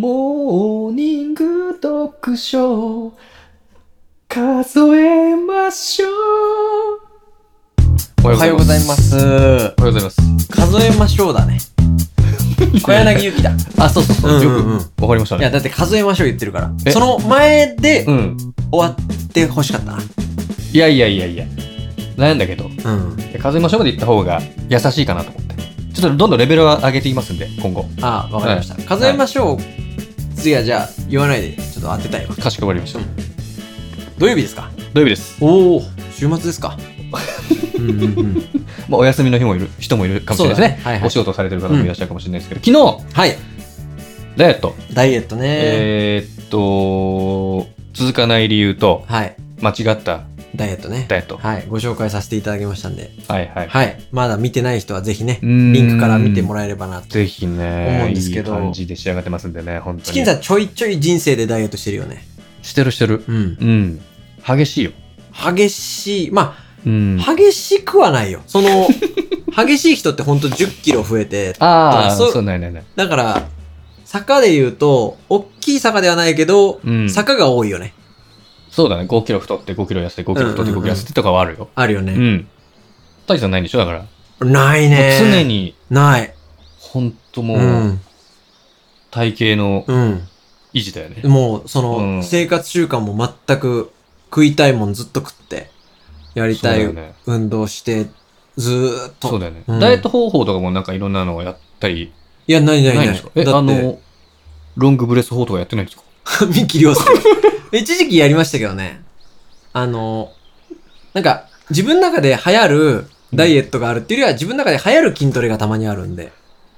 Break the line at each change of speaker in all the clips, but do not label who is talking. モーニング読書数えましょう
お
おはようございま。す。
おはようございます。
数えましょう だね。小柳ゆ きだ。
あ、そうそうそう。
うん
よ
うんうん
くわかりました
いや、
ね。
だって数えましょう言ってるから。
え
その前で
うん。
終わってほしかったな。
いやいやいやいや。悩んだけど、
うん。
数えましょうまで行った方が優しいかなと思って。ちょっとどんどんレベルは上げていきますんで、今後。
ああ、わかりました。数えましょう。次はじゃあ、言わないで、ちょっと当てたいわ。
かしこまりました。
土曜日ですか
土曜日です。
おお、週末ですか うんうんうん。
まあ、お休みの日もいる、人もいるかもしれないですね。
そうだねはいはい
お仕事をされてる方もいらっしゃるかもしれないですけど、昨日、
はい。
ダイエット。
ダイエットね。
えーっと、続かない理由と、
はい。
間違った
ダイエットね。
ダイエット。
はい。ご紹介させていただきましたんで。
はいはい。
はい。まだ見てない人はぜひね、
う
リ
ーん
ンクから見てもらえればなと。
ぜひね、
思うんですけど
いい感じで仕上がってますんでね、本当に。
チキンさんちょいちょい人生でダイエットしてるよね。
してるしてる。
うん。
うん。激しいよ。
激しい。ま
うん。
あ、激しくはないよ。その、激しい人ってほんと10キロ増えて、
ああ、
そう
そうないないない。
だから、坂で言うと、大きい坂ではないけど、
うん
坂が多いよね。
そうだね。5キロ太って、5キロ痩せて、5キロ太って、
うんうんうん
5キロ痩せてとかはあるよ。
あるよ
う
ね。
ん。大さんないんでしょだから。もう
ないね。
常。に、
ない。
ほんとも
う
う、
ん。
体型の
うん。
維持だよね。
もう、そ
うん
の、生活習慣も全く、食いたいもんずっと食って、やり
そう
た
だ
い
よね。
運動して、ずーっ
そう
と。
だよね
うん。
ダイエット方法とかもなんかいろんなのをやったり、
いや、ないない
ないん
な
で
い
すか。え、
だ
あ
って、
の、ロングブレス法とかやってないんですか
神木亮介。一時期やりましたけどね。あの、なんか、自分の中で流行るダイエットがあるっていうよりは、自分の中で流行る筋トレがたまにあるんで。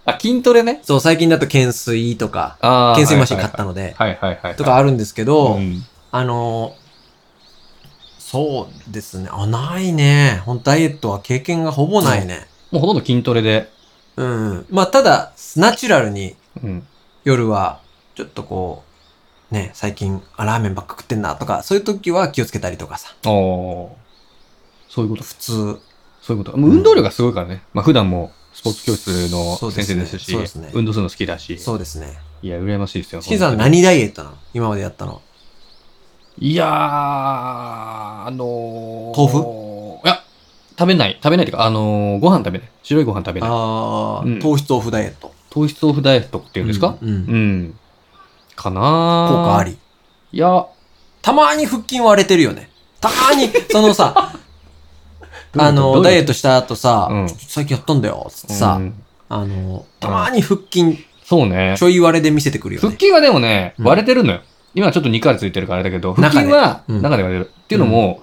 あ、筋トレね。
そう、最近だと懸垂とか、
ああ。
懸垂マシン買ったので、
はいはいはいはい。
とかあるんですけど、
うん
あの、そうですね。あ、ないね。ほんとダイエットは経験がほぼないね。
もうほとんど筋トレで。
うん。まあ、ただ、ナチュラルに
うん。
夜は、ちょっとこう、ね、最近、あ、ラーメンばっか食ってんなとか、そういう時は気をつけたりとかさ。
おーそういうこと。
普通。
そういうこと。もう運動量がすごいからね。まあ普段もスポーツ教室の先生ですし、
そうですねそうですね
運動するの好きだし。
そうですね。
いや、羨ましいですよ。
チキンさん
本当に
何ダイエットなの今までやったの。
いやー、あのー、
豆
腐いや、食べない。食べないっていうか、あのー、ご飯食べない。白いご飯食べない。
あ
ー
ー糖質オフダイエット。
糖質オフダイエットっていうんですか
うん。うん
うん。かな
効
ー
果あ。り。
いや、
たまに腹筋割れてるよね。たまに、その さ、あの、ダイエッ
ト
トした後さ、
うん
ちょっと最近やったんだよ、つってさ、
うん
あの、たまに腹筋
そうね
ち。ょい割れで見せてくるよ
腹
ね。
筋はでもね、
うん
割れてるのよ。今ちょっと2からついてるからあれだけど、
中
腹
で
筋は
うん
中で割れる。っていうのも、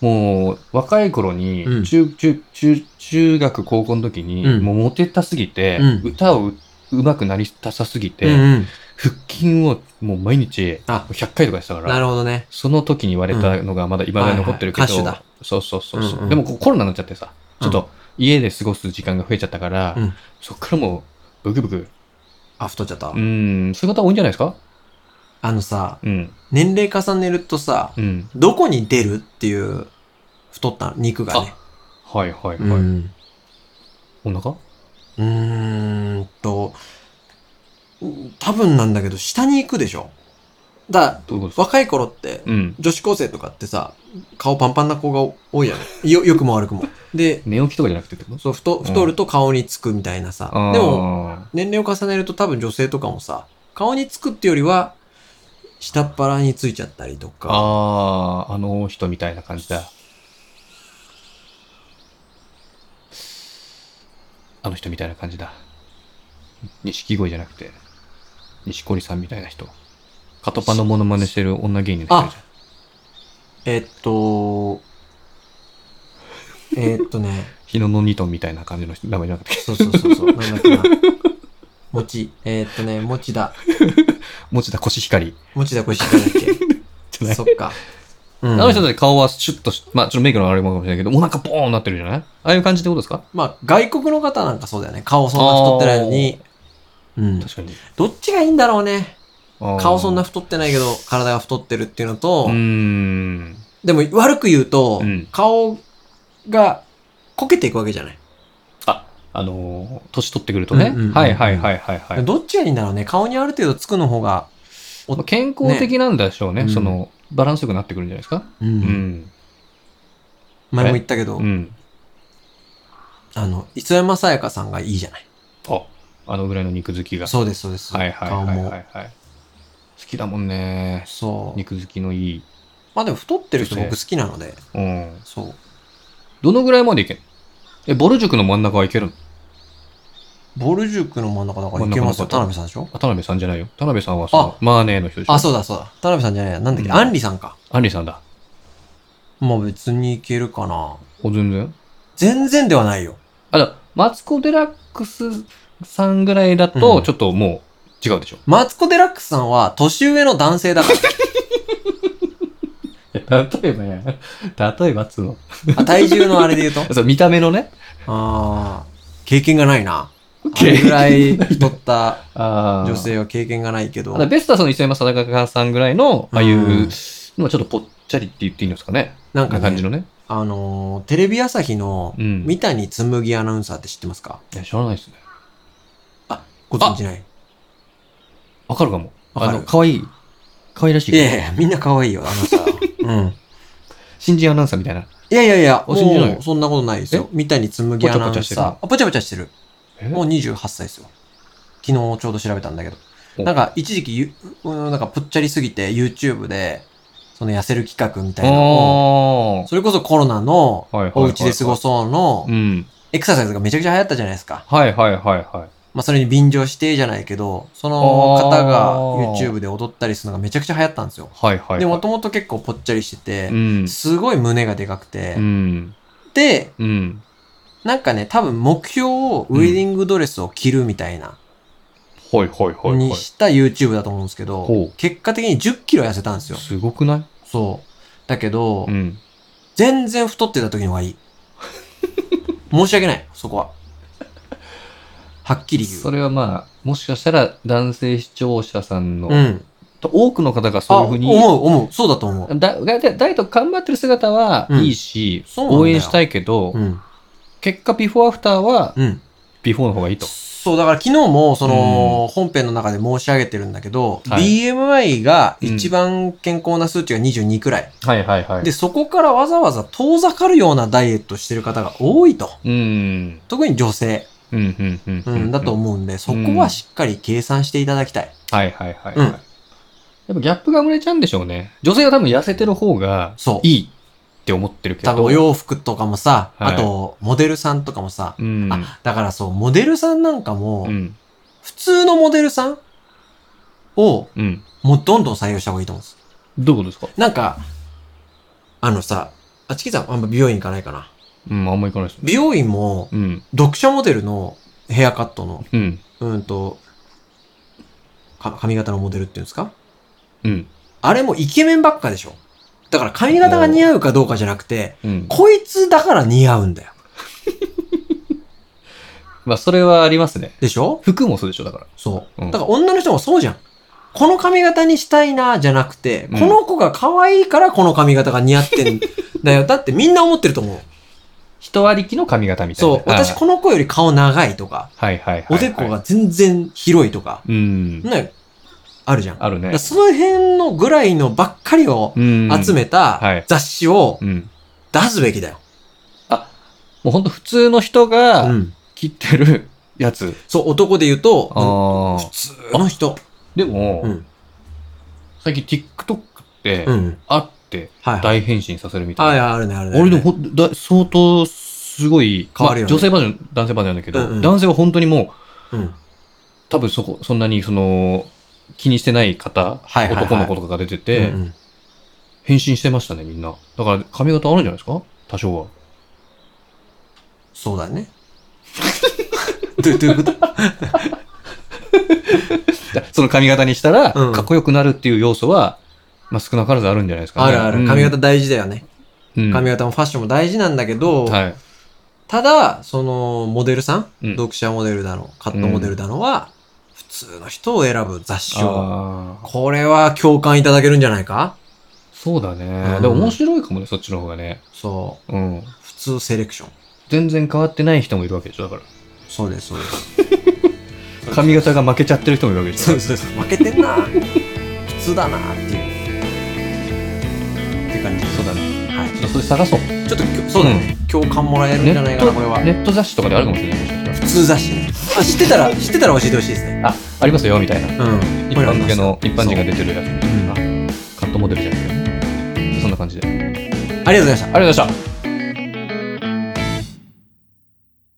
もう若い頃に、
うん
中、中、中、中学高校の時に、
うん
もうモテたすぎて、
うん
歌をう上手くなりたさすぎて、
うんうん。
腹筋をもう毎日、
あ
100回とかしたか
な
ら、
るほどね。
その時に割れたのがまだ今まで残ってるけど、
はいはい歌手だ
そうそうそうそう、
うんうん
でもこうコロナになっちゃってさ、ちょっ
う
と家で過ごす時間が増えちゃったから、
うん
そっからもう、ブクブク、
あ、太っちゃった
う。ん、そういう方多いんじゃないですか
あのさ、
うん、
年齢重ねるとさ、
うん。
どこに出るっていう、太った肉がね。
はいはいはい。
うん。
お腹
うーんと、うん多分なんだけど、下に行くでしょだ、
どういうことですか
若い頃って、
うん。
女子高生とかってさ、顔パンパンな子が多いじゃないよ、良くも悪くも。で、
寝起きとかじゃなくてってこと
そう、太、太ると顔につくみたいなさ。でも、
も、
年齢を重ねると多分女性とかもさ、顔につくってよりは、下っ腹についちゃったりとか。
あーあー、あの人みたいな感じだ。あの人みたいな感じだ。錦鯉じゃなくて、錦織さんみたいな人。カトパのモノマネしてる女芸人の人いるじゃ
えっと、えっとね、
ん。日野のニトンみたいな感じの人名前じゃなくて、
そうそうそうそう、なんだっけな。もち、えっとね、もちだ。
持田コシヒカリ。
持田これ知らな いっ
じゃな
け
い
そっか。うん
あの人だって顔はシュッとし、まあちょっとメイクのあれもかもしれないけど、お腹ボーンなってるじゃないああいう感じってことですか
まあ、外国の方なんかそうだよね。顔そんな太ってないのに。うん。
確かに。
どっちがいいんだろうね。
あー
顔そんな太ってないけど、体が太ってるっていうのと、
うーん。
でも悪く言うと、
うん
顔がこけていくわけじゃない。
あ、あのー、年取ってくるとね。
うんうんうんうん
はいはいはいはいはい。
どっちがいいんだろうね。顔にある程度つくの方が。
まあ健康的なんでしょうね。
ね
その、バランスよくなってくるんじゃないですか。
う。
うんん。
前も言ったけど
う、ん。
あの、磯山さやかさんがいいじゃない。
あ、あのぐらいの肉好きが。
そうです、そうです。
はいはいは
顔
いはい、
も
は。い。好きだもんね。
そう。
肉好きのいい。
まあでも太ってる人僕好きなので、
うん。
そう。
どのぐらいまでいけんえ、ボル塾の真ん中はいけるの
ボル塾の真ん中だからいけますよ。田
真ん中
辺さんでしょ
あ田辺さんじゃないよ。田辺さんはその、マーネーの人でしょ。
あ、そうだそうだ。田辺さんじゃないや。なんだっけ、
うん
アンリさんか。
アンリさんだ。
まあ別にいけるかな。
お、全然。
全然ではないよ。
あ、だ、マツコ・デラックスさんぐらいだと、
うん
ちょっともう違うでしょ。
マツコ・デラックスさんは年上の男性 だから。
例えばや、例えばっつうの。
あ体重のあれで言う と。
そう、見た目のね。
ああ、経験がないな。あ
経
れ
験
ぐらい太った
あ
女性は経験がないけど
あ。。ベストはその磯山貞孝さんぐらいの、ああいう、
うん
まあちょっとぽっちゃりって言っていいんですかね。
な
なんんか
か
感じ
ね、
のね。
あのー、テレビ朝日の
うん。
三谷紬アナウンサーって知ってますか
いや知らないですね。
ご存知ない
わかるかも。
わか
あ
る
の、可愛い可愛らしい
い。やいや、みんな可愛いよ、あの さ。うん。
新人アナウンサーみたいな。
いやいやいや、
お信じない
もうそんなことないですよ。三谷紬アナウ
ぽ
ン
ちゃぽちゃして
サ
る
ー。あぽちゃぽちゃしてる。
え
もう28歳ですよ。昨日ちょうど調べたんだけど。
お
なんか一時期ゆ、うんなんかぽっちゃりすぎて YouTube で、その痩せる企画みたいなのを、
あ
それこそコロナの
はいはいはいはい
お家で過ごそうの
あ。うん。
エクササイズがめちゃくちゃ流行ったじゃないですか。
はいはいはいはい。
まあそれに便乗してじゃないけど、その方が
あー
YouTube で踊ったりするのがめちゃくちゃ流行ったんですよ。
はいはい、はい。
で、もともと結構ぽっちゃりして
う
て、
ん。
すごい胸がでかくて
う、ん。
で、
うん。
なんかね、多分目標をウェディングドレスを着るみたいな、
ほいほいほい
に
ほい。
した YouTube だと思うんですけど、
ほう
結果的に10キロ痩せたんですよ。
すごくない
そう。だけど、
うん。
全然太ってた時の方がい い。申し訳ない、そこは。はっきり言う。
それはまあ、もしかしたら男性視聴者さんの、
うん。
と多くの方が
あ、
そういうふ
思
う
う、
に、
思う。そうだと思う。
だがダイエット頑張ってる姿は
うん
いいし、
そうなんだよ
応援したいけど、
うん。
結果ビフォーアフターは
うん。
ビフォーの方がいいと。
そう、だから昨日も、その、本編の中で申し上げてるんだけど、
はい
BMI が一番健康な数値が22くらい。
はいはいは
で、そこからわざわざ遠ざかるようなダイエットしてる方が多いと。
うん。
特に女性、
うん、うん、うん。
うんだと思うんで、そこはしっかり計算していただきたい。
はいはいはい、はい
うん
やっぱギャップが生まれちゃうんでしょうね。女性は多分痩せてる方が
そう
いいって思ってるけど。
多分お洋服とかもさ、
はい
あと、モデルさんとかもさ、
うん。
あ、だからそう、モデルさんなんかも、
うん。
普通のモデルさんを、
うん。
もうどんどん採用した方がいいと思うんです。
どういうことですか
なんか、あのさ、あちきさん、あんま美容院行かないかな。
うん、あんまりいかないですね。
美容院も、
うん。
読者モデルのヘアカットの、
うん。
うんと、か髪型のモデルっていうんですか
うん。
あれもイケメンばっかでしょ。だから髪型が似合うかどうかじゃなくて、
うん。
こいつだから似合うんだよ。
まあ、それはありますね。
でしょ
服もそうでしょ、だから。
そう。
うん
だから女の人もそうじゃん。この髪型にしたいな、じゃなくて、
うん
この子が可愛いからこの髪型が似合ってん だよ。だってみんな思ってると思う。
人ありきの髪型みたいな。
そう。私
の、
この子より顔長いとか、
はいはいはい、はい。
おでこが。全然広いとか、
うん。
ね、あるじゃん。だか
あるね
ら。その辺のぐらいのばっかりを
うん。
集め
は
た
い
雑誌を
うん。
出すべきだよ。
もうほんと普通の人
う
が
ん。
切ってるやつ。
そう、男で言うと、
ああ。
普通の人。
でも、
うん。
最近 TikTok って、
うん。
あって
はいはい。
大変身させるみたいな。
はいはい、あるね、あるね。
俺でもほんだ相当すごい、
変わるよね
まあ女性バージョン、男性バージョンなんだけど、
うんうん
男性は本当にもう、
うん。
多分そこ、そんなにその、気にしてない方、
はいはいはい
男の子とかが出てて、
うんうん
変身してましたね、みんな。だから髪型あるんじゃないですか多少は。
そうだね。どうどういうこと
その髪型にしたら、
うん
かっこよくなるっていう要素は、まあ、少なからずあるんじゃないですか、
あ
ね。
るあ
う
る。
ん
髪型、大事だよね。
うん
髪型もファッションも大事なんだけど、
はい。
ただ、その、モデルさん、
うん
読者モデルだの、カットモデルだのは、普通の人を選ぶ雑誌を。
あー
これは共感いただけるんじゃないか
そうだね、
うん
でも面白いかもね、そっちの方がね。
そう。
うん。
普通セレクション。
全然変わってない人もいるわけでしょ、だから。
そうです、そうです。
髪型が負けちゃってる人もいるわけです
そう
よ
です、そうです。負けてんな。普通だなっていう。って感じ。
そうだね
はい。
じゃあそれ探そう
ちょっと今日、そうだね。共感もらえるんじゃないかな、これは。
ネット雑誌とかであるかもしれないもしかしたら
普通雑誌ね。あ、知ってたら、知ってたら教えてほしいですね。
あありますよみたいな
うん。
一般向けの
これ
一般人が出てるやつ
ありました
あカットモデルじゃなくてそんな感じでありが
そうありがとうございました。
とうございました